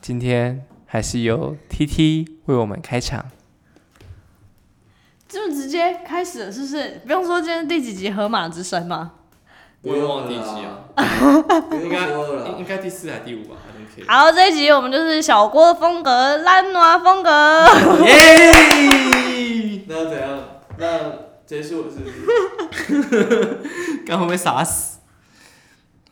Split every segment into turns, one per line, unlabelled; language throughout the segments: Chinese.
今天还是由 TT 为我们开场。
这么直接开始了，是不是？不用说今天第几集《河马之声》吗？
我也忘了第几啊
不
应
用
该
说了
应应
啦，
该第四还第五吧？I don't care，
好，这一集我们就是小郭风格、烂娃风格。
耶！
啊 那怎样？那结束了是不是？
刚会被傻死。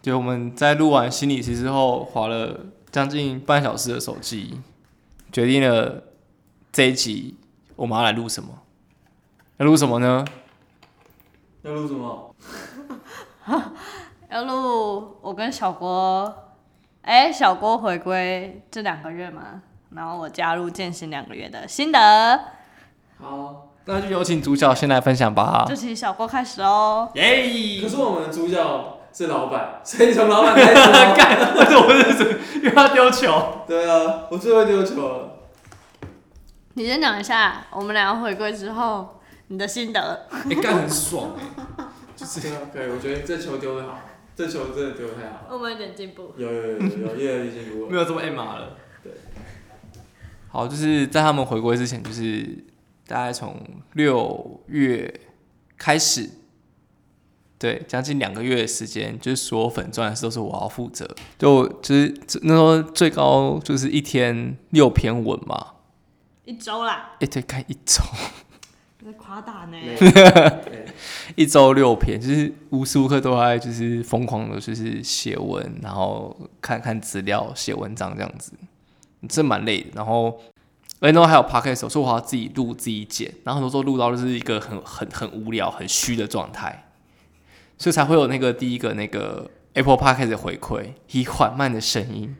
就我们在录完心理师之后，划了将近半小时的手机，决定了这一集我们要来录什么？要录什么呢？
要录什么？
要录哎我跟小郭，哎、小郭回归这两个月嘛，然后我加入健行两个月的心得，
好，
那就有请主角先来分享吧
就。请小郭开始哦。
耶！
可是我们的主角是老 板，所以从老板开始吗。
干，为什么为什么又要丢球？
对啊，我最会丢球了。
你先讲一下，我们俩回归之后你的心得。
哎、干很爽哎、
对啊，可以，我觉得这球丢得好，这球真的丢得太好。
我们有点进步。
有有有 有有，越来越进步了。
没有这么 M R 了。
对，
好，就是在他们回归之前，就是大概从六月开始，对，将近两个月的时间，就是所有粉钻的事都是我要负责，就就是那时候最高就是一天六篇文嘛，
一周啦，
哎、对，看一周，
你在夸大 呢？
累累
一周六篇，就是无时无刻都在就是疯狂的，就是写文，然后看看资料、写文章这样子，真蛮累的。然后，而且那时候还有 podcast，所以我还要自己录、自己剪，然后很多时候录到就是一个很很很无聊、很虚的状态，所以才会有那个第一个那个 Apple podcast 的回馈，以缓慢的声音，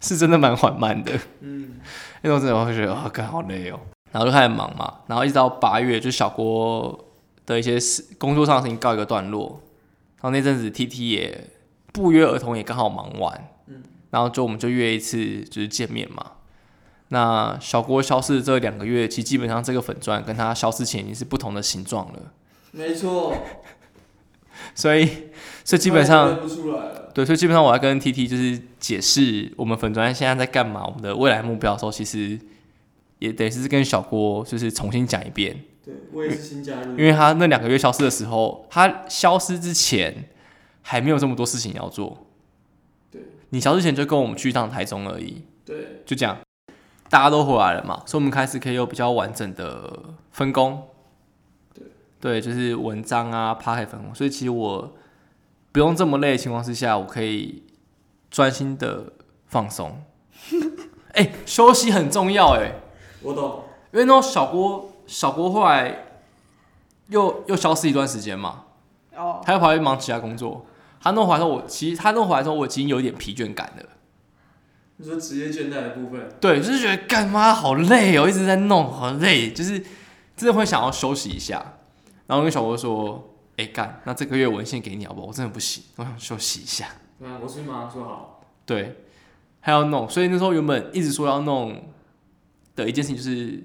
是真的蛮缓慢的。
嗯，
那时候真的会觉得啊，干、好累哦，然后就开始忙嘛，然后一直到八月，就小郭的一些事工作上的事情告一个段落，然后那阵子 TT 也不约而同也刚好忙完，
嗯
然后就我们就约一次就是见面嘛。那小郭消失这两个月，其实基本上这个粉钻跟他消失前已经是不同的形状了，
没错。
所以所以基本上
我认不出来了。
对，所以基本上我要跟 TT 就是解释我们粉砖现在在干嘛，我们的未来目标的时候，其实也等于是跟小郭就是重新讲一遍，
对，我也是新加入
因。为他那两个月消失的时候，他消失之前还没有这么多事情要做。
对
你消失前就跟我们去一趟台中而已，
对，
就这样，大家都回来了嘛，所以我们开始可以有比较完整的分工。
对
对，就是文章啊、p a c 分工，所以其实我不用这么累的情况之下，我可以专心的放松。 哎、休息很重要哎、
我懂。
因为那种小郭小郭后来又又消失一段时间嘛，
哦，
他又跑去忙其他工作。他弄回来的时候我，其实他弄回来的时候，我已经有一点疲倦感了。
你说职业倦怠的部分，
对，就是觉得干妈好累哦，一直在弄，好累，就是真的会想要休息一下。然后我跟小郭说：“哎、干，那这个月文献给你好不好？我真的不行，我想休息一下。
对啊，我是马上说好。”
对，还要弄，所以那时候原本一直说要弄的一件事情就是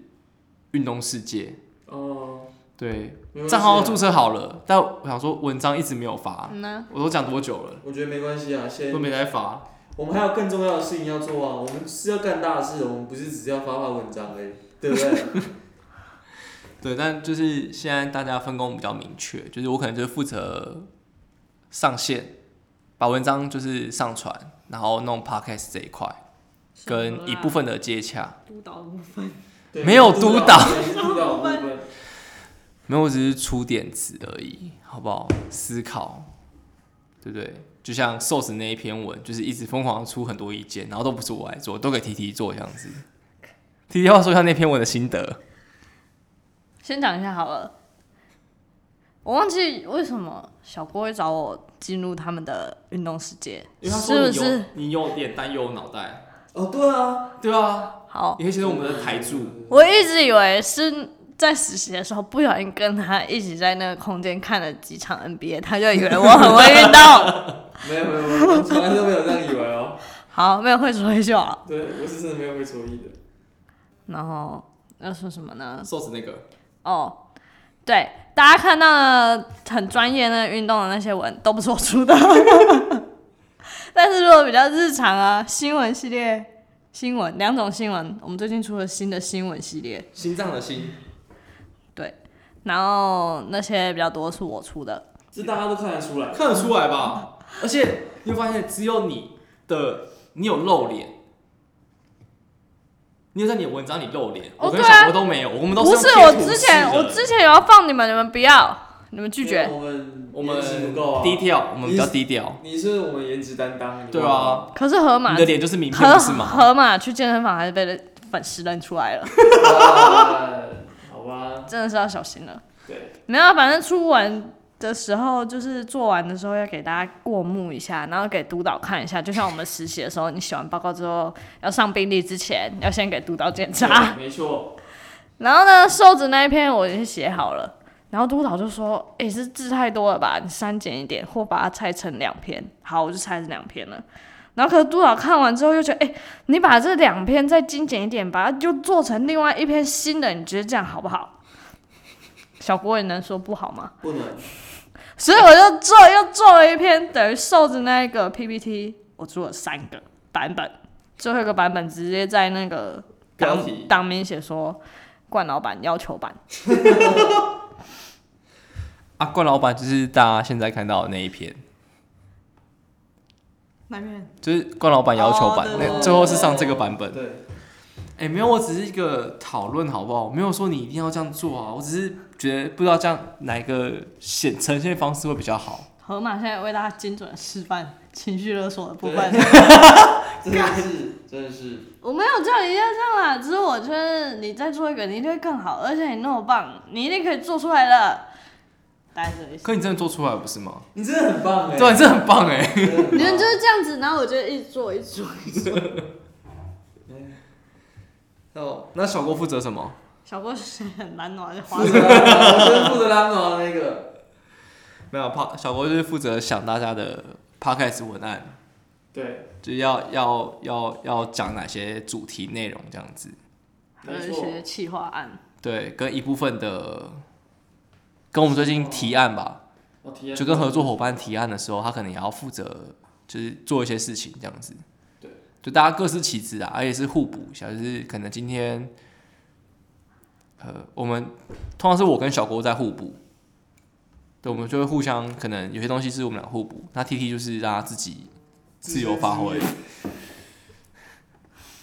运动世界。
哦，
对，
没关系啊
账号注册好了，但我想说文章一直没有发，
嗯呢？
我都讲多久了，
我觉得没关系啊，先
都没来发。
我们还有更重要的事情要做啊！我们是要干大事的，我们不是只是要发发文章而已，对不对？
对，但就是现在大家分工比较明确，就是我可能就是负责上线，把文章就是上传，然后弄 podcast 这一块，跟一部分的接洽。
督导部分。
对
没有督导，
对是督导的部分。
没有，我只是出点子而已，好不好？思考，对不对？就像瘦子那一篇文，就是一直疯狂地出很多意见，然后都不是我来做，都给 T T 做这样子。T T 要说一下那篇文的心得，
先讲一下好了，我忘记为什么小郭会找我进入他们的运动世界，是不是？
你有脸蛋又有脑袋，
哦，对啊，
对啊，
好，
你可以
其
写成我们的台柱。
我一直以为是在实习的时候不小心跟他一起在那个空间看了几场 NBA，他就以为我很会运 动。
没有没有没有，我从来都没有这样以为哦。
好，没有会说会就好。
对，我是真的没有会错意的。
然后要说什么呢？
瘦子那个，
哦，对，大家看到的很专业那运动的那些文都不 是我出的，但是如果比较日常啊，新闻系列新闻，两种新闻，我们最近出了新的新闻系列，
心脏的心，
然后那些比较多是我出的，
这大家都看得出来。
看得出来吧？而且你会发现，只有你的你有露脸，你有在你的文章里露脸，
哦
我跟
对啊
小郭都没有，我们都
不
是
是
用
我
贴图
之
式
前
的
我之前有要放你们，你们不要，你们拒绝。
我们
我们
颜值不够啊，
低调，我们比较低调，
你是我们颜值担当，你
对
忘了
啊，
可是河马
你的脸就是名 片，
河
不是吗？
河马去健身房还是被粉丝认出来了，
啊，好吧，
真的是要小心了。
对，
没有啊，反正出完的时候就是做完的时候要给大家过目一下，然后给督导看一下。就像我们实习的时候，你写完报告之后要上病历之前，要先给督导检 查。
没错，
然后呢，瘦子那一篇我已经写好了，然后督导就说：“诶，这字太多了吧，你删减一点，或把它拆成两篇。”好，我就拆成两篇了。然后可是督导看完之后又觉得：“诶，你把这两篇再精简一点，把它就做成另外一篇新的，你觉得这样好不好？”小郭也能说不好吗？
不能，
所以我就做又做了一篇等于瘦子那一个 PPT，我做了三个版本，最后一个版本直接在那个
标
党
题
党名写说冠老板要求版，
啊，冠老板就是大家现在看到的那一篇，
那边
就是冠老板要求版
哦，对对
那
对
最后是上这个版本。
对，
哎、没有，我只是一个讨论，好不好？我没有说你一定要这样做啊，我只是觉得不知道这样哪一个显呈现方式会比较好。
河马现在为大家精准地示范情绪勒索的部
对
分。
真的是，真的是，
我没有叫你一定要这样啦，只是我觉得你再做一个，你一定会更好，而且你那么棒，你一定可以做出来的。大概这个意思。
可你真的做出来了不是吗？
你真的很棒哎，
对啊，你真的很棒 哎、
真的很棒
你们就是这样子，然后我就一直做，一直做，一直做。
哦，那小郭负责什么？
小郭是很难暖，就花
负责拉毛，真的负责拉毛那个，
没有，帕小郭就是负责想大家的 podcast 文案，
对，
就是要要要要讲哪些主题内容这样子。
还有一些企划案，
对，跟一部分的，跟我们最近提案吧，
我体验
就跟合作伙伴提案的时候，他可能也要负责，就是做一些事情这样子。
对，
就大家各司其职啊，而且是互补一下，就是可能今天，呃，我们通常是我跟小郭在互补，对，我们就会互相可能有些东西是我们俩互补，那 T T 就是让他自己自由发挥
自，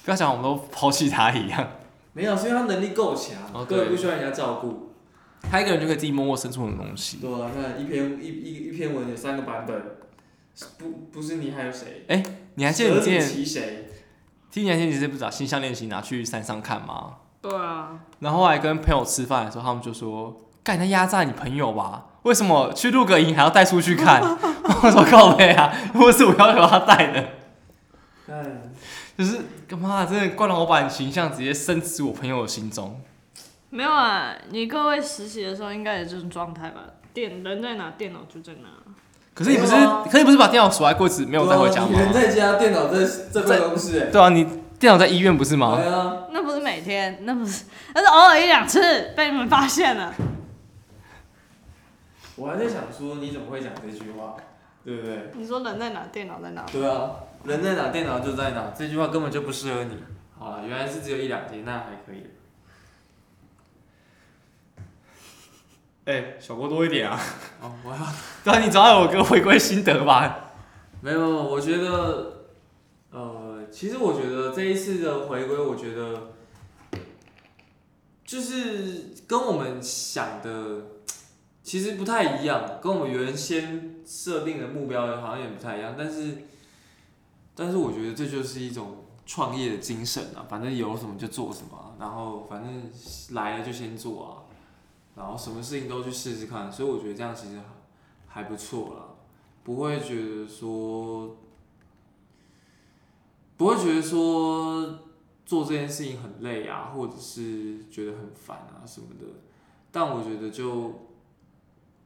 不要像我们都抛弃他一样。
没有，是因为他能力够强
哦，
根
对
本不需要人家照顾。
他一个人就可以自己默默生出很多东西。
对啊，看一篇一一一篇文有三个版本，不不是你还有谁？
你还记得你之
舍
前
子其谁？
听年前你是不是把新项练习拿去山上看吗？
对啊，
然后后来跟朋友吃饭的时候，他们就说：“干，那压榨你朋友吧？为什么去露个营还要带出去看？” 我说：“靠背啊，如果是我要求他带的，
看，
就是干嘛？真的，冠老板形象直接深植我朋友的心中。
没有啊，你各位实习的时候应该也这种状态吧？电人在哪，电脑就在哪。
可是你不是，
没有啊
可是你不是把电脑锁在柜子没有带回家
对啊你人
吗？
在家，电脑在在
在
办公室哎。
对啊，你电脑在医院不是吗？
对啊，
那不是每天，那不是，那是偶尔一两次被你们发现了。
我还在想说你怎么会讲这句话，对不对？
你说人在哪，电脑在哪？
对啊，人在哪，电脑就在哪，这句话根本就不适合你。好了，原来是只有一两天，那还可以。
哎、小郭多一点啊！
哦，我要
对啊，你总要有个回归心得吧？
没有，没有我觉得，呃，其实我觉得这一次的回归，我觉得就是跟我们想的其实不太一样，跟我们原先设定的目标好像也不太一样，但是，但是我觉得这就是一种创业的精神啊，反正有什么就做什么啊、然后反正来了就先做啊，然后什么事情都去试试看，所以我觉得这样其实还还不错啦，不会觉得说，不会觉得说做这件事情很累啊，或者是觉得很烦啊什么的，但我觉得就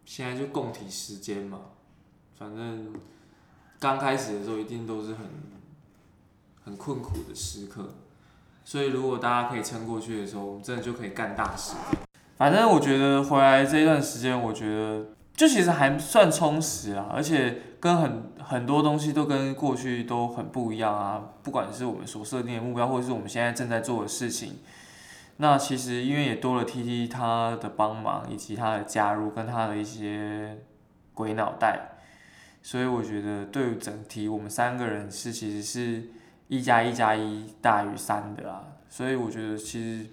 现在就共体时间嘛，反正刚开始的时候一定都是很很困苦的时刻，所以如果大家可以撑过去的时候，我们真的就可以干大事。反正我觉得回来这一段时间，我觉得就其实还算充实啊，而且跟很很多东西都跟过去都很不一样啊，不管是我们所设定的目标，或者是我们现在正在做的事情。那其实因为也多了 T T 他的帮忙，以及他的加入跟他的一些鬼脑袋，所以我觉得对于整体我们三个人是其实是一加一加一大于三的啊，所以我觉得其实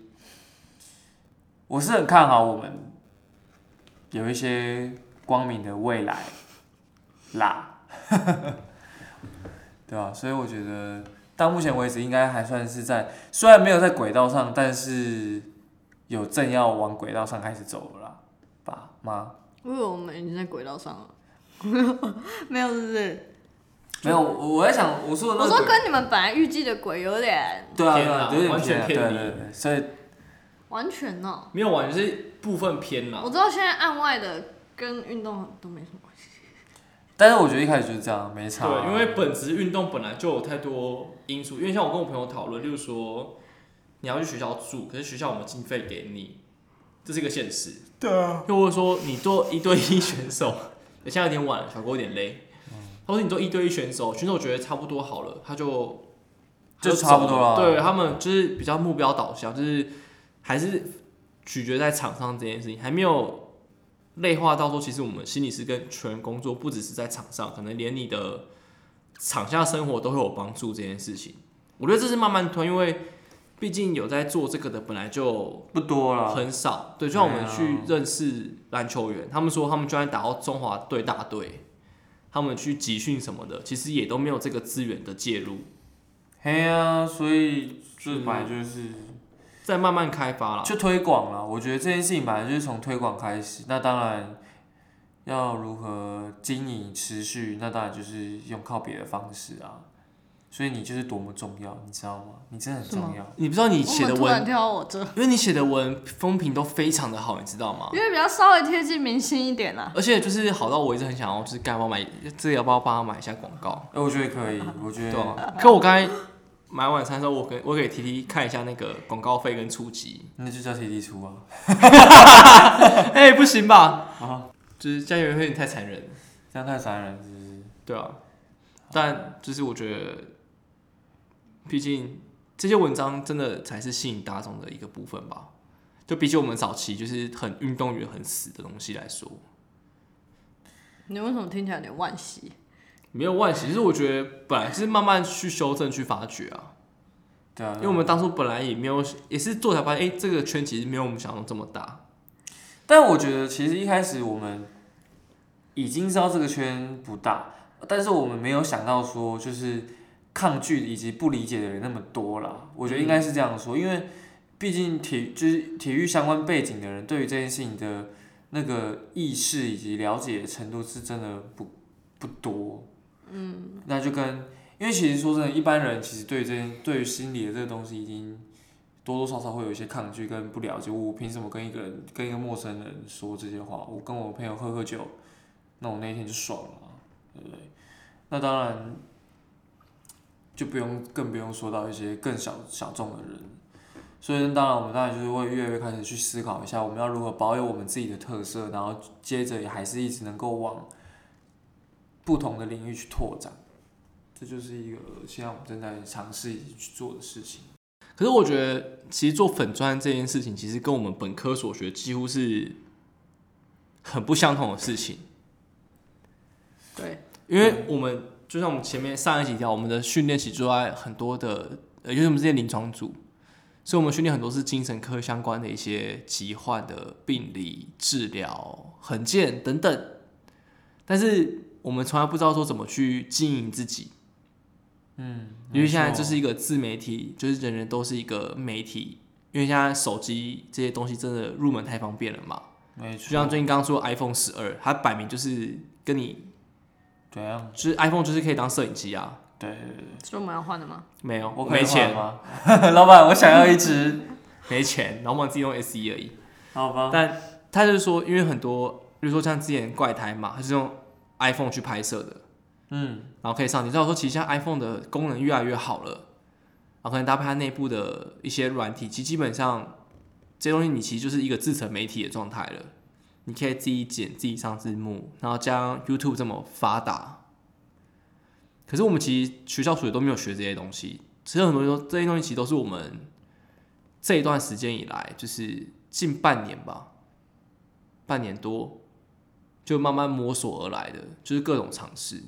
我是很看好我们有一些光明的未来啦， 对啊，所以我觉得到目前为止应该还算是在，虽然没有在轨道上，但是有正要往轨道上开始走了啦，爸妈。
因为我们已经在轨道上 了，没有，是不是？
没有，我我在想，我说的那
我
个
说
轨
跟你们本来预计的轨有点
对啊，对
偏
啊
啊，
有点
完全
偏啊
偏
对
离
对对，所以
完全呢、
没有完就是部分偏
我
了。
知道现在案外的跟运动都没什么关系，
但是我觉得一开始就是这样，没差啊。
对，因为本质运动本来就有太多因素，因为像我跟我朋友讨论，例如说你要去学校住，可是学校我们经费给你，这是一个现实。
对啊，
又或者说你做一对一选手，现在有点晚了，小哥有点累。他说你做一对一选手，选手觉得差不多好了，他就
就差不多了
对他们就是比较目标导向，就是还是取决在场上这件事情，还没有内化到说，其实我们心理师跟球员工作不只是在场上，可能连你的场下生活都会有帮助这件事情。我觉得这是慢慢推，因为毕竟有在做这个的本来就
不多了。
很少。对，就像我们
对
去
啊
认识篮球员，他们说他们居然打到中华队大队，他们去集训什么的，其实也都没有这个资源的介入，
嘿啊，所以这本来就是
再慢慢开发啦。
就推广了。我觉得这件事情本来就是从推广开始。那当然要如何经营持续，那当然就是用靠别的方式啊。所以你就是多么重要，你知道吗？你真的很重要。
你不知道你
我
写
们
的
突然
文，
跳到我这，
因为你写的文风评都非常的好，你知道吗？
因为比较稍微贴近明星一点啊啦。
而且就是好到我一直很想要，就是干嘛买，这个要不要帮他买一下广告？
哎，我觉得可以，我
对
觉得
啊，可我刚才买晚餐的时候，我给我给 T T 看一下那个广告费跟初级，
那就叫 T T 出啊。
哎、不行吧？啊，就是家园会有点太残忍了。
这样太残忍，是不是？
对啊，但就是我觉得，毕竟这些文章真的才是吸引大众的一个部分吧。就比起我们早期就是很运动员很死的东西来说，
你为什么听起来有点惋惜？
没有万喜，就是我觉得本来就是慢慢去修正、去发掘啊。
对啊，
因为我们当初本来也没有，也是做才发现，哎、这个圈其实没有我们想象中这么大。
但我觉得其实一开始我们已经知道这个圈不大，但是我们没有想到说就是抗拒以及不理解的人那么多啦。我觉得应该是这样说，因为毕竟体就是体育相关背景的人对于这件事情的那个意识以及了解程度是真的不不多。嗯，那就跟因为其实说真的，一般人其实对于这件对于心理的这个东西已经。多多少少会有一些抗拒跟不了解，我凭什么跟一个人跟一个陌生人说这些话？我跟我朋友喝喝酒，那我那一天就爽了啊、对不对？那当然就不用更不用说到一些更小小众的人，所以当然我们当然就是会越来越开始去思考一下，我们要如何保有我们自己的特色，然后接着也还是一直能够往不同的领域去拓展，这就是一个现在我们正在尝试以及去做的事情。
可是我觉得，其实做粉砖这件事情，其实跟我们本科所学几乎是很不相同的事情。
对，
因为我们就像我们前面上一集聊，我们的训练其实就在很多的，呃，尤其我们这些临床组，所以我们训练很多是精神科相关的一些疾患的病理治疗、横健等等，但是我们从来不知道说怎么去经营自己，
嗯，
因为现在
没错
这是一个自媒体，就是人人都是一个媒体，因为现在手机这些东西真的入门太方便了嘛，
没
就
错，
像最近刚刚说 iPhone 十二，它摆明就是跟你，
怎样？
就是 iPhone 就是可以当摄影机啊。
啊对对对对，
是我们要换的吗？
没有，
我可以
没
换
钱，
吗？ 老板，我想要一只。
没钱，然后我们自己用 S E 而已。
好吧，
但他就是说，因为很多，比如说像之前怪胎嘛，他是用 iPhone 去拍摄的，
嗯，
然后可以上。你知道说，其实现在 iPhone 的功能越来越好了，然后可能搭配它内部的一些软体，其实基本上这些东西你其实就是一个自成媒体的状态了。你可以自己剪、自己上字幕，然后加上 YouTube 这么发达，可是我们其实学校属于都没有学这些东西，其实很多人说这些东西其实都是我们这一段时间以来，就是近半年吧，半年多就慢慢摸索而来的，就是各种尝试，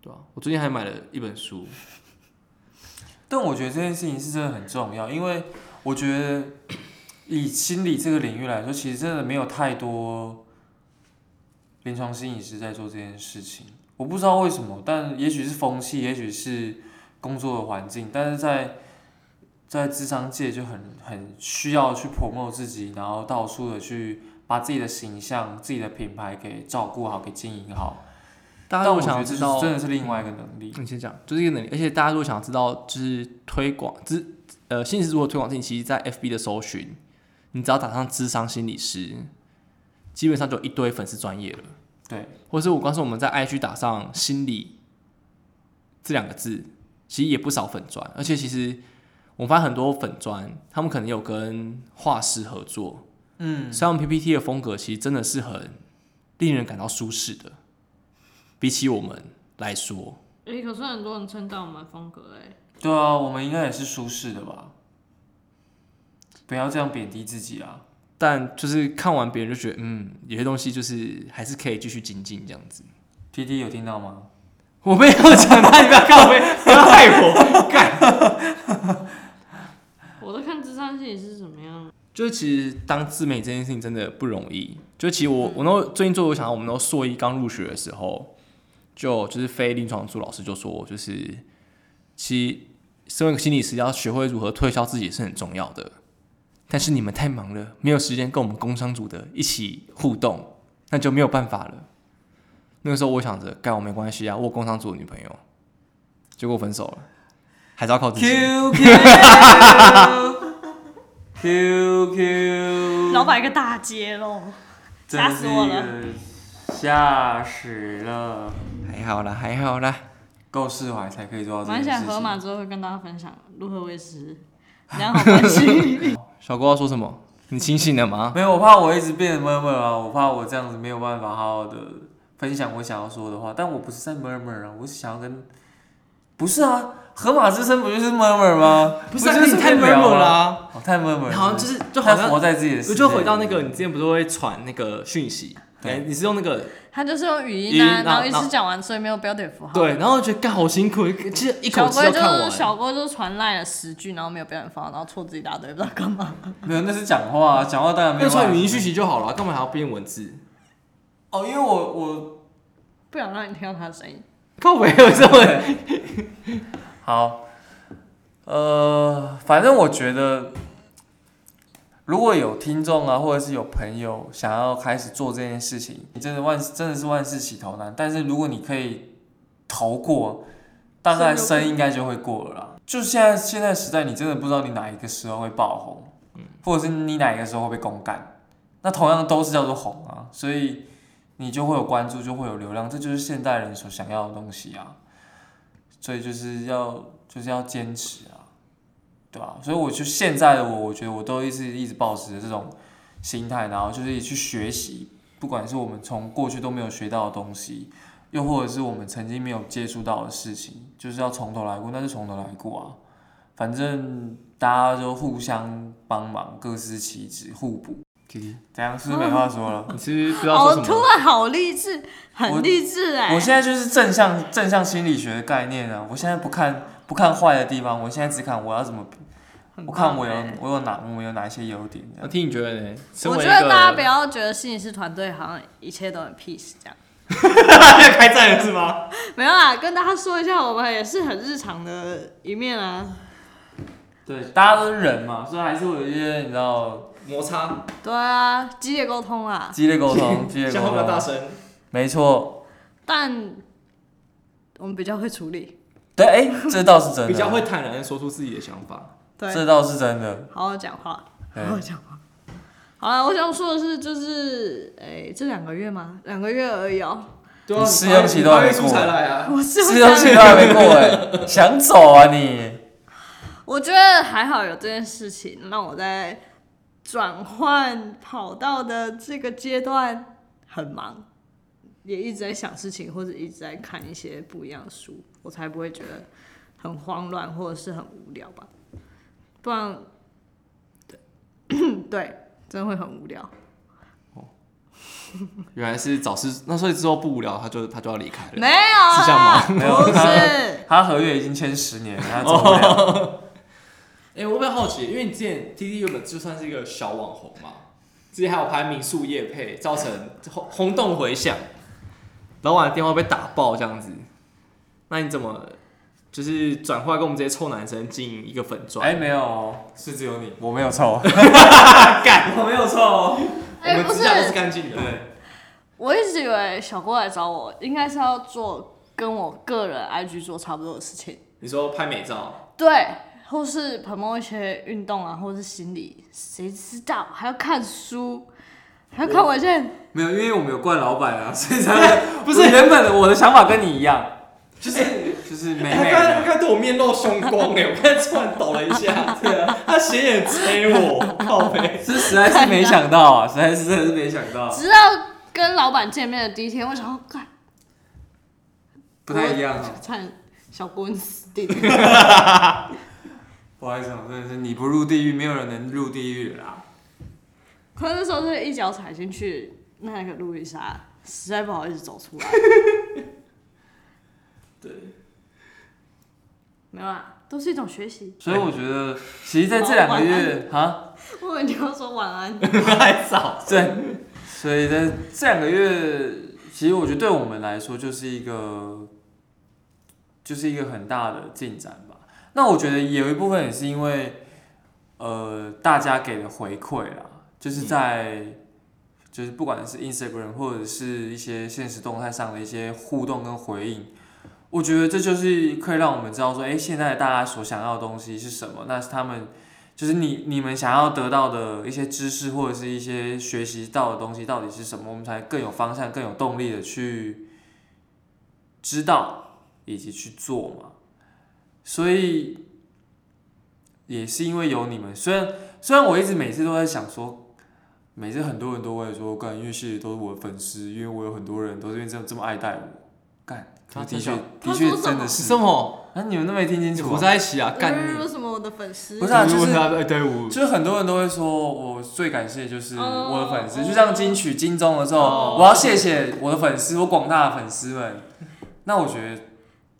对吧、我最近还买了一本书，
但我觉得这件事情是真的很重要，因为我觉得以心理这个领域来说，其实真的没有太多临床心理师在做这件事情。我不知道为什么，但也许是风气，也许是工作的环境，但是在在职场界就很很需要去 promote 自己，然后到处的去把自己的形象、自己的品牌给照顾好、给经营好。
大家
但
如
我
果
觉
想
得
要
这
知
是
道嗯
真的是另外一个能力。
你先讲，就是一个能力。而且大家如果想知道，就是推广知呃心理师如何推广自己，其实在 FB 的搜寻，你只要打上“智商心理师”，基本上就有一堆粉丝专业了。
对，
或是我刚说我们在 IG 打上“心理”这两个字，其实也不少粉砖，而且其实我发现很多粉砖，他们可能有跟画师合作，
嗯，
所以他们 PPT 的风格其实真的是很令人感到舒适的，比起我们来说。
诶、可是很多人称赞我们风格诶、
对啊，我们应该也是舒适的吧？不要这样贬低自己啊！
但就是看完别人就觉得，嗯，有些东西就是还是可以继续精进这样子。
T T 有听到吗？
我没有讲他，你不要告我，不要害我，干。
我在看智商心理是怎么样。
就是其实当自媒体这件事情真的不容易。就其实我我那最近做，我想到我们那硕一刚入学的时候，就就是非临床助老师就说，就是其实身为一个心理师，要学会如何推销自己是很重要的。但是你们太忙了，没有时间跟我们工商组的一起互动，那就没有办法了。那个时候我想着，干我没关系啊，我有工商组的女朋友，结果分手了，还是要靠自己。
Q Q，
老板一个大街喽，吓死我了！
吓死了！
还好啦，还好啦。
够释怀才可以做到这
蛮
件
想
事
河
情。
马之后会跟大家分享如何维 持良好关系。
小郭要说什么？你清醒了吗？
啊没有，我怕我一直变 murmur 啊，我怕我这样子没有办法好好的分享我想要说的话。但我不是在 murmur 啊，我是想要跟……不是啊，河马之声不就是 murmur 吗？
不啊
就
你
是
太 m u
无聊吗
r 啦、
哦，太 murmur，
啊好像
是
就是就好
太
像，
活在自己的世
我
界。
就回到那个，你之前不是会传那个讯息？
对
哎，你是用那个
他就是用语音啊，
语音
然
然
后
后
一次讲完，所以没有标点符号。
对，然后觉得干好辛苦，其实一口
小
气
郭
要
就
看
是
完。
小郭就是传烂了十句，然后没有标点符号，然后错字一大堆，不知道干嘛。
没有，那是讲话、啊，讲话当然没
那
有办法。
传语音讯息就好了，干嘛还要变文字？
哦，因为我我
不想让你听到他的声音。
靠没有这么
好，呃，反正我觉得，如果有听众啊，或者是有朋友想要开始做这件事情，你真的万真的是万事起头难。但是如果你可以逃过，大概生应该就会过了啦。就现在现在时代，你真的不知道你哪一个时候会爆红，或者是你哪一个时候会被公干，那同样都是叫做红啊，所以你就会有关注，就会有流量，这就是现代人所想要的东西啊。所以就是要就是要坚持啊，对吧、所以我就现在的我，我觉得我都一直一直保持着这种心态，然后就是去学习，不管是我们从过去都没有学到的东西，又或者是我们曾经没有接触到的事情，就是要从头来过，那就从头来过啊。反正大家都互相帮忙，各司其职，互补。
弟弟，
怎样？是不是没话说了？
你是不是不知道
哦，
说什
突
么？
然好励志，
我
很励志哎、
我现在就是正向正向心理学的概念啊！我现在不看不看坏的地方，我现在只看我要怎么，
很
我
棒
看我有
哎
我有哪我有哪一些优点这
我
样。
听你觉得呢？身
我
为
觉
一
得大家不
个
要觉得心理师团队好像一切都很 peace 这样。
要 开战了是吗？
没有啦，跟大家说一下，我们也是很日常的一面啊。
对，大家都是人嘛，所以还是会有一些你知道
摩擦，
对啊，激烈沟通啊，
激烈沟 通，激烈
讲
沟
话不要大
通，
声。
没错。
但我们比较会处理。
对，哎、这倒是 真的，
比较会，坦然的说出自己的想法，
对，
这倒是真 的。
好好讲话，
对
好好讲话。好了，我想说的是，就是诶、这两个月吗？两个月而已哦、
对啊
你试用期都还没过
出才来啊！
我是不
试
是哦
用期都还没过哎、想走啊你？
我觉得还好有这件事情，让我在转换跑道的这个阶段很忙，也一直在想事情，或者一直在看一些不一样的书，我才不会觉得很慌乱或者是很无聊吧。不然， 对对，真的会很无聊。
原来是早市，那所以之后不无聊，他就他就要离开了，
没有，啊
是这样吗？
没有
不
他，
是。
他合约已经签十年，他走不了。
哎、我比较好奇，因为你之前 T T 原本就算是一个小网红嘛，之前还有拍民宿夜配，造成轰轰动回响，老板的电话被打爆这样子，那你怎么就是转化跟我们这些臭男生经营一个粉
哎、
砖？
没有哦，是只有你，我没有 臭，
干、
我没有臭哦。
我
哎、
们
不
指甲都是
是，
干净的，
我一直以为小郭来找我，应该是要做跟我个人 IG 做差不多的事情，
你说拍美照，
对，或是 promote 一些运动啊，或是心理，谁知道还要看书，还要看文献，
没有，因为我们有惯老板啊，所以才会不是原本的我的想法跟你一样，就是、就是美美
哎他刚才他
的。
刚才对我面露凶光哎、我刚才突然抖了一下，对啊，他斜眼追我，靠背，
这实在是没想到啊，实在是真的是没想到，啊
直到跟老板见面的第一天，我想要哦看，
不太一样哦。
差点小郭你死定了。
不好意思哦，真的是你不入地狱，没有人能入地狱啦。
可是那时候是一脚踩进去那个路易莎，实在不好意思走出来。
对，
没有啦，都是一种学习。
所以我觉得，其实在这两个月啊，
我以为你要说晚安，
太早，
对，所以在这两个月，其实我觉得对我们来说就是一个，就是一个很大的进展吧。那我觉得有一部分也是因为，呃，大家给的回馈啦，就是在。就是不管是 Instagram 或者是一些现实动态上的一些互动跟回应，我觉得这就是可以让我们知道说，哎、现在大家所想要的东西是什么，那是他们就是你你们想要得到的一些知识或者是一些学习到的东西到底是什么，我们才更有方向、更有动力的去知道以及去做嘛。所以也是因为有你们，虽然虽然我一直每次都在想说，每次很多人都会说，干，因为谢谢都是我的粉丝，因为我有很多人都是因为这么这么爱戴我，干，
他
的确
他
说
的确
什
真
么
的
是
是
什么？
啊，你们都没听清
你
楚、
不
啊。
在一起啊，干你
为。什么我的粉丝？
不是啊就是
他，哎，对我
就是很多人都会说，我最感谢就是
哦
我的粉丝，就像金曲金钟的时候，
哦
我要谢谢我的粉丝，我广大的粉丝们。那我觉得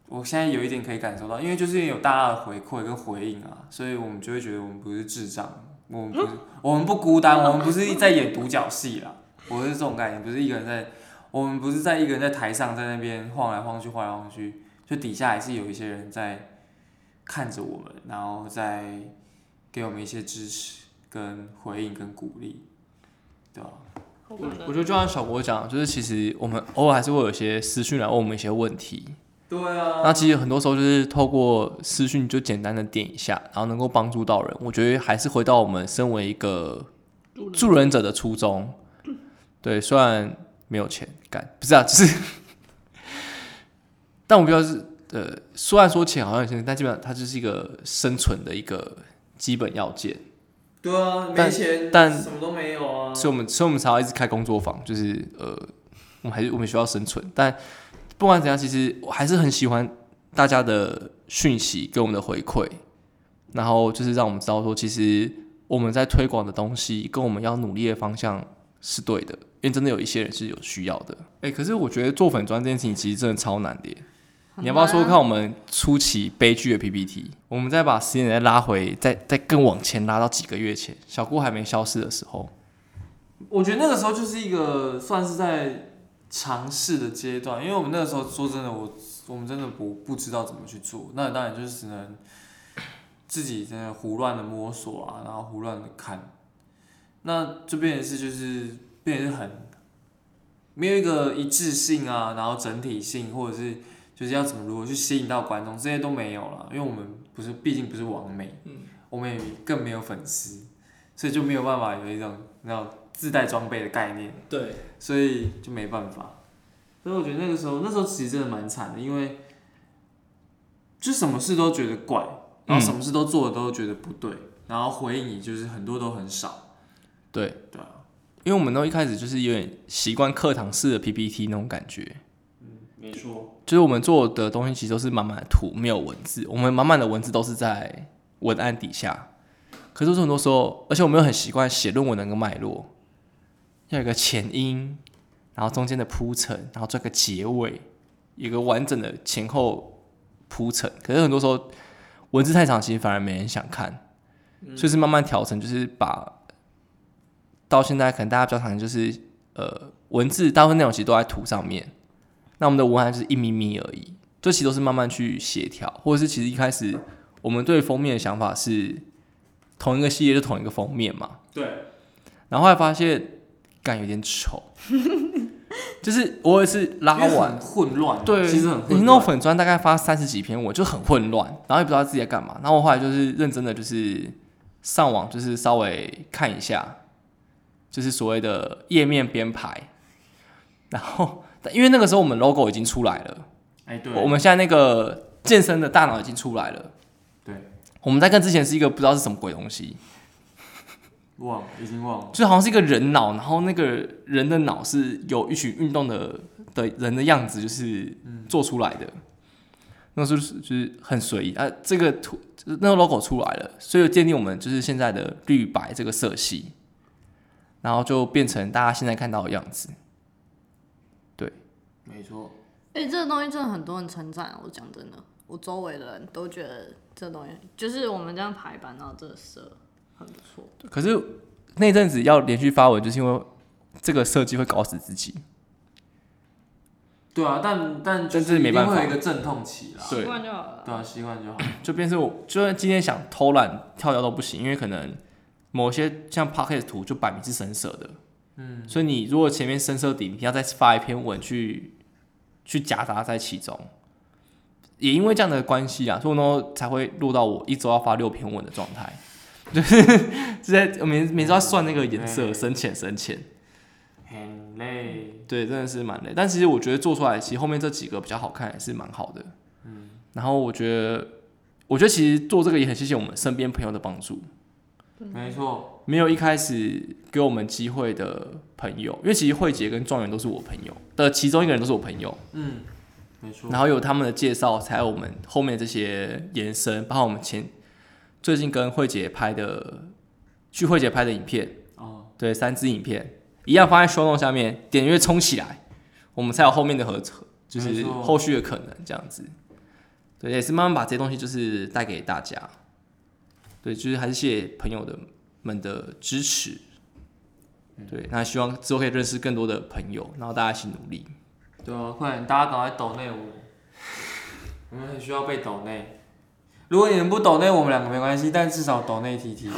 我现在有一点可以感受到，因为就是有大家的回馈跟回应啊，所以我们就会觉得我们不是智障，我们不
嗯
是、我们不孤单，我们不是在演独角戏啦，我是这种概念，不是一个人在，我们不是在一个人在台上在那边晃来晃去晃来晃去，就底下还是有一些人在看着我们，然后在给我们一些支持、跟回应、跟鼓励，对吧、
我
啊我
的
我觉得就像小国讲，就是其实我们偶尔还是会有一些私讯来问我们一些问题。
对啊，
那其实很多时候就是透过私讯就简单的点一下，然后能够帮助到人。我觉得还是回到我们身为一个助人者的初衷。对，虽然没有钱干，不是啊，就是，但我比较是呃，虽然说钱好像有钱，但基本上它就是一个生存的一个基本要件。
对啊，
但
没钱，
但
什么都没有啊。
所以我们所以我们才要一直开工作坊，就是呃，我们还是我们需要生存。但不管怎样，其实我还是很喜欢大家的讯息给我们的回馈，然后就是让我们知道说，其实我们在推广的东西跟我们要努力的方向是对的，因为真的有一些人是有需要的。哎、可是我觉得做粉砖这件事情其实真的超难的耶。你要不要说说看我们初期悲剧的 PPT？我们再把时间再拉回，再再更往前拉到几个月前，小郭还没消失的时候。
我觉得那个时候就是一个算是在尝试的阶段，因为我们那个时候说真的，我我们真的不不知道怎么去做，那当然就是只能自己在那胡乱的摸索啊，然后胡乱的看，那这边也是就是变成是很没有一个一致性啊，然后整体性或者是就是要怎么如何去吸引到观众，这些都没有了，因为我们不是毕竟不是完美，我们也更没有粉丝，所以就没有办法有一种那种自带装备的概念，
对，
所以就没办法。所以我觉得那个时候，那时候其实真的蛮惨的，因为就什么事都觉得怪，然后
嗯
什么事都做的都觉得不对，然后回应也就是很多都很少。
对
对啊，
因为我们都一开始就是有点习惯课堂式的 PPT 那种感觉，
嗯，没错，
就是我们做的东西其实都是满满的图，没有文字，我们满满的文字都是在文案底下。可是很多时候，而且我们又很习惯写论文的那个脉络，要有一个前因，然后中间的铺陈，然后做一个结尾，有一个完整的前后铺陈。可是很多时候文字太长，其实反而没人想看，所以是慢慢调整，就是把到现在可能大家比较常见就是呃文字大部分内容其实都在图上面，那我们的文案就是一咪咪而已，这其实都是慢慢去协调，或者是其实一开始我们对封面的想法是同一个系列就同一个封面嘛，
对，
然后后来发现感有点丑， 就是我也是拉
因为
完
很混乱，啊
对，
其实很
你
混
弄
乱，
粉砖大概发三十几篇文，我就很混乱，然后也不知道自己在干嘛。然后我后来就是认真的，就是上网，就是稍微看一下，就是所谓的页面编排。然后，但因为那个时候我们 logo 已经出来了，
哎，对，
我们现在那个健身的大脑已经出来了。
对，
我们在跟之前是一个不知道是什么鬼东西，
忘了已经忘了，
就好像是一个人脑，然后那个人的脑是有一群运动的的人的样子，就是做出来的。那时候就是就是很随意啊，这个图就是那个 logo 出来了，所以奠定我们就是现在的绿白这个色系，然后就变成大家现在看到的样子。
没错，
哎、这个东西真的很多人称赞，啊我讲真的，我周围的人都觉得这东西就是我们这样排版，然后这个色很不错。
可是那阵子要连续发文，就是因为这个设计会搞死自己。
对啊，但但就
但是没
一定
办
会
法
有一个阵痛期啦，
对
习惯就好了。
对啊，习惯就好，
就变成我，就算今天想偷懒跳掉都不行，因为可能某些像 p o c k e t 图就摆明是深色的，嗯，所以你如果前面深色底，你要再发一篇文去去夹杂在其中，也因为这样的关系啊，所以呢才会落到我一周要发六篇文的状态，就是 就在每每周要算那个颜色
嗯
深浅深浅，
很累，
对，真的是蛮累。但其实我觉得做出来，其实后面这几个比较好看，也是蛮好的。嗯，然后我觉得，我觉得其实做这个也很谢谢我们身边朋友的帮助。
没错，
没有一开始给我们机会的朋友，因为其实慧姐跟状元都是我朋友的，其中一个人都是我朋友，
嗯，没错，
然后有他们的介绍，才有我们后面这些延伸，包括我们前最近跟慧姐拍的，去慧姐拍的影片，
哦，
对，三支影片一样放在 show note 下面，点阅冲起来，我们才有后面的合合，就是
没错
后续的可能这样子。对，也是慢慢把这些东西就是带给大家。对，就是还是谢谢朋友的们的支持。对，那希望之后可以认识更多的朋友，然后大家一起努力。
对啊，快点，大家赶快抖内我们，我们很需要被抖内。如果你们不抖内我们两个没关系，但至少抖内 T T。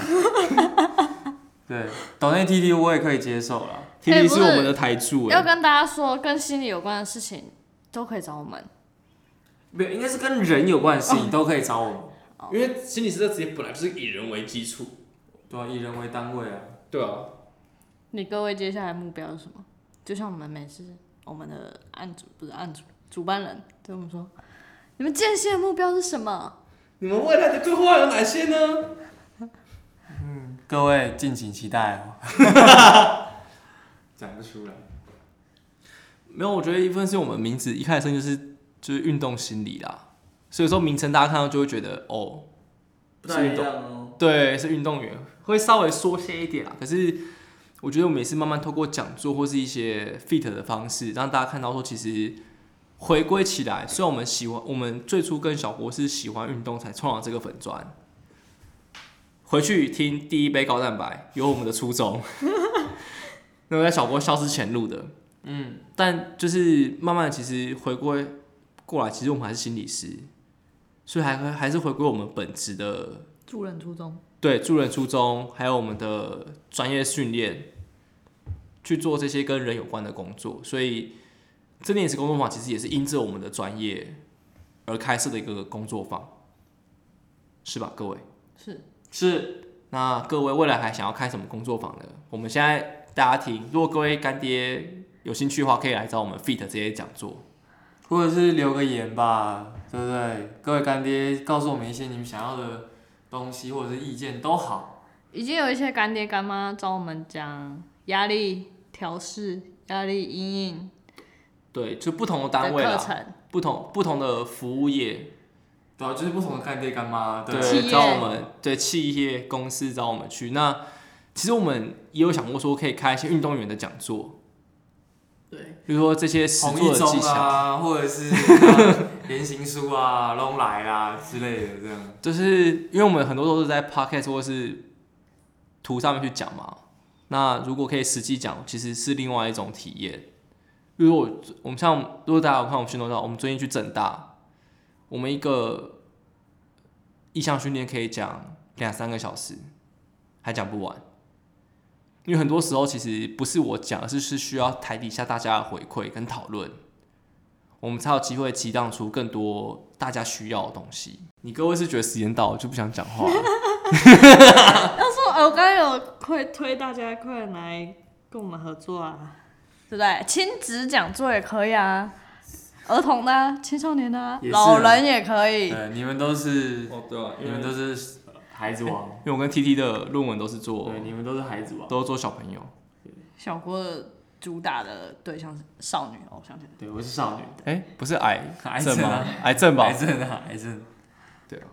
对，抖内 T T 我也可以接受啦。
T
哎
T
不是
是我们的台柱、
要
哎，
跟大家说，跟心理有关的事情都可以找我们。
没有，应该是跟人有关的事情都可以找我们。
因为心理师这职业本来就是以人为基础。
对啊，以人为单位啊。
对啊，
你各位接下来目标是什么？就像我们每次我们的案主不是案主，主办人对我们说，你们建新的目标是什么？
你们未来的规划有哪些呢？
各位敬请期待哦。 讲不出来。
没有，我觉得一部分是我们名字一开始就是就是运动心理啦，所以说名称大家看到就会觉得哦，
不太一样哦。
对，是运动员，会稍微缩些一点啦。可是我觉得我们也是慢慢透过讲座或是一些 fit 的方式，让大家看到说，其实回归起来，虽然我们喜欢，我们最初跟小博是喜欢运动才创了这个粉砖。回去听第一杯高蛋白，有我们的初衷。 那个在小郭消失前录的，嗯，但就是慢慢地其实回归过来，其实我们还是心理师，所以还会还是回归我们本职的
助人初衷。
对助人初衷，还有我们的专业训练，去做这些跟人有关的工作。所以，这念是工作坊，其实也是因着我们的专业而开设的一个工作坊，是吧，各位？
是
是。那各位未来还想要开什么工作坊呢？我们现在大家听，如果各位干爹有兴趣的话，可以来找我们 Fit 这些讲座。
或者是留个言吧，对不对？各位干爹，告诉我们一些你们想要的东西或者是意见都好。
已经有一些干爹干妈找我们讲
压力调试、压力阴影
对，就不同的
的
单位
课
啦，
程，
不同不同的服务业，
对啊，就是不同的干爹干妈，对，
企
对，
业
找我们对企业公司找我们去。那其实我们也有想过说，可以开一些运动员的讲座，
对，
比如说这些实
红
作
一
的技
中
巧，
啊，或者是言行书啊、 龙来啊之类的这样。
就是因为我们很多都是在 podcast 或是图上面去讲嘛。那如果可以实际讲，其实是另外一种体验。比如我我们像如果大家有看我们训动照，我们最近去正大，我们一个意向训练可以讲两三个小时，还讲不完。因为很多时候其实不是我讲，而是是需要台底下大家的回馈跟讨论。我们才有机会激荡出更多大家需要的东西。你各位是觉得时间到了就不想讲话了？
要是我刚刚有快推大家快来跟我们合作啊，
对不对？亲子讲座也可以啊，儿童的、啊、青少年的、啊、
也是
老
啊
人也可以。
对，你们都是，
哦，对啊
你们都是孩子王，
因为我跟 T T 的论文都是做
对，你们都是孩子王。
都是做小朋友。
小郭的主打的对象是少女偶像剧，
对，我是少女，
哎、不是癌
癌
症
症
吗
啊？
癌症 吧
癌？症啊，癌症。
对啊。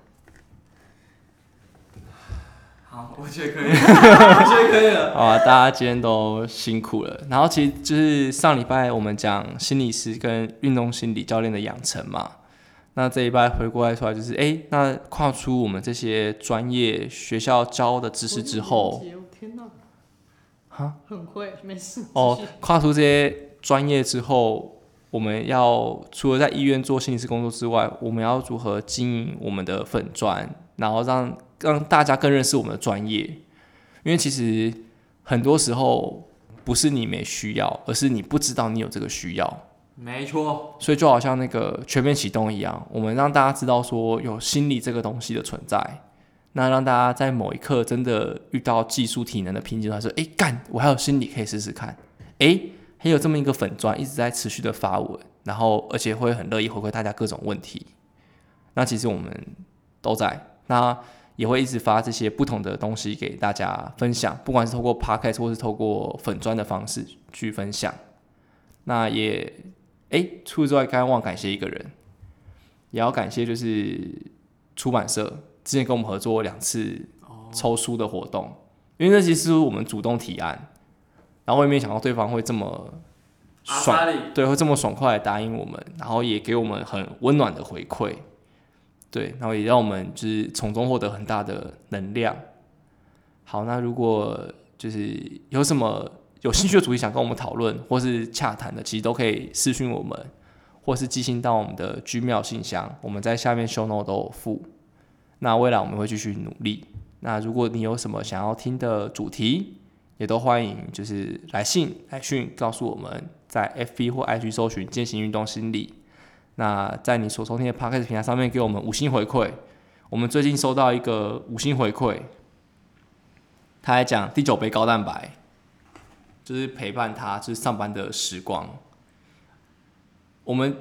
好，我觉得可以，我觉得可以了。
好啊，大家今天都辛苦了。然后其实就是上礼拜我们讲心理师跟运动心理教练的养成嘛，那这一拜回过来出来就是，哎、那跨出我们这些专业学校教的知识之后，
我天哪，
哈，
很会，没事
哦
继续，
跨出这些专业之后，我们要除了在医院做心理师工作之外，我们要如何经营我们的粉砖，然后让让大家更认识我们的专业？因为其实很多时候不是你没需要，而是你不知道你有这个需要。
没错，
所以就好像那个全面启动一样，我们让大家知道说有心理这个东西的存在，那让大家在某一刻真的遇到技术体能的瓶颈，他说：“诶，干，我还有心理可以试试看。”诶，还有这么一个粉砖一直在持续的发文，然后而且会很乐意回馈大家各种问题。那其实我们都在，那也会一直发这些不同的东西给大家分享，不管是透过 podcast 或是透过粉砖的方式去分享。那也哎，除此之外，刚刚忘感谢一个人，也要感谢就是出版社之前跟我们合作两次抽书的活动，因为那其实是我们主动提案，然后我也没想到对方会这么
阿
爽
萨里，
对，会这么爽快的答应我们，然后也给我们很温暖的回馈，对，然后也让我们就是从中获得很大的能量。好，那如果就是有什么有兴趣的主题想跟我们讨论或是洽谈的，其实都可以私讯我们，或是寄信到我们的 Gmail 信箱，我们在下面 show note 都有附。那未来我们会继续努力。那如果你有什么想要听的主题，也都欢迎就是来信来讯告诉我们，在 FB 或 IG 搜寻“践行运动心理”。那在你所收听的 Podcast 平台上面给我们五星回馈。我们最近收到一个五星回馈，他还讲第九杯高蛋白，就是陪伴他就是上班的时光。我们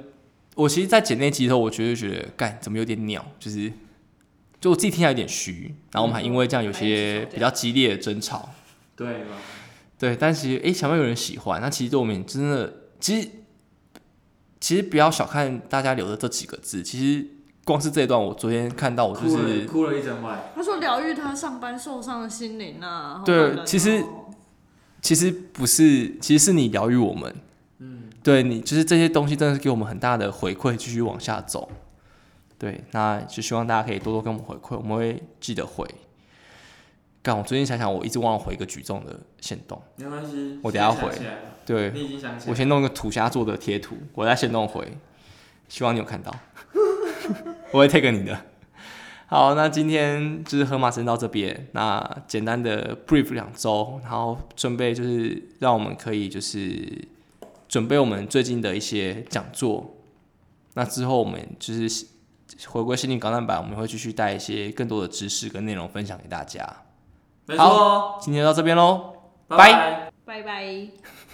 我其实，在剪那集的时候，我觉得觉得干怎么有点鸟，就是就我自己听起来有点虚，然后嗯我们还因为这样有些比较激烈的争吵。
对吗？
对，但其实诶，想不到有人喜欢，那其实对我们也真的，其实其实不要小看大家留的这几个字，其实光是这一段，我昨天看到我就
哭了，
是
哭了一整晚。
他说疗愈他上班受伤的心灵啊，好
对
感人哦
其实其实不是，其实是你疗愈我们，嗯，对你就是这些东西真的是给我们很大的回馈，继续往下走。对，那就希望大家可以多多跟我们回馈，我们会记得回。干，我最近想想，我一直忘了回一个举重的限动，
没关系，
我等下
现在
回
想起来了
对，
你已经想起
我
来了。
先弄个土虾做的贴图，我再先弄回，希望你有看到， 我会 take 你的。好，那今天就是河马先到这边，那简单的 brief 两周，然后准备就是让我们可以就是准备我们最近的一些讲座，那之后我们就是回归心灵高蛋白，我们会继续带一些更多的知识跟内容分享给大家。
没错哦，
今天就到这边喽，
拜拜。
拜拜。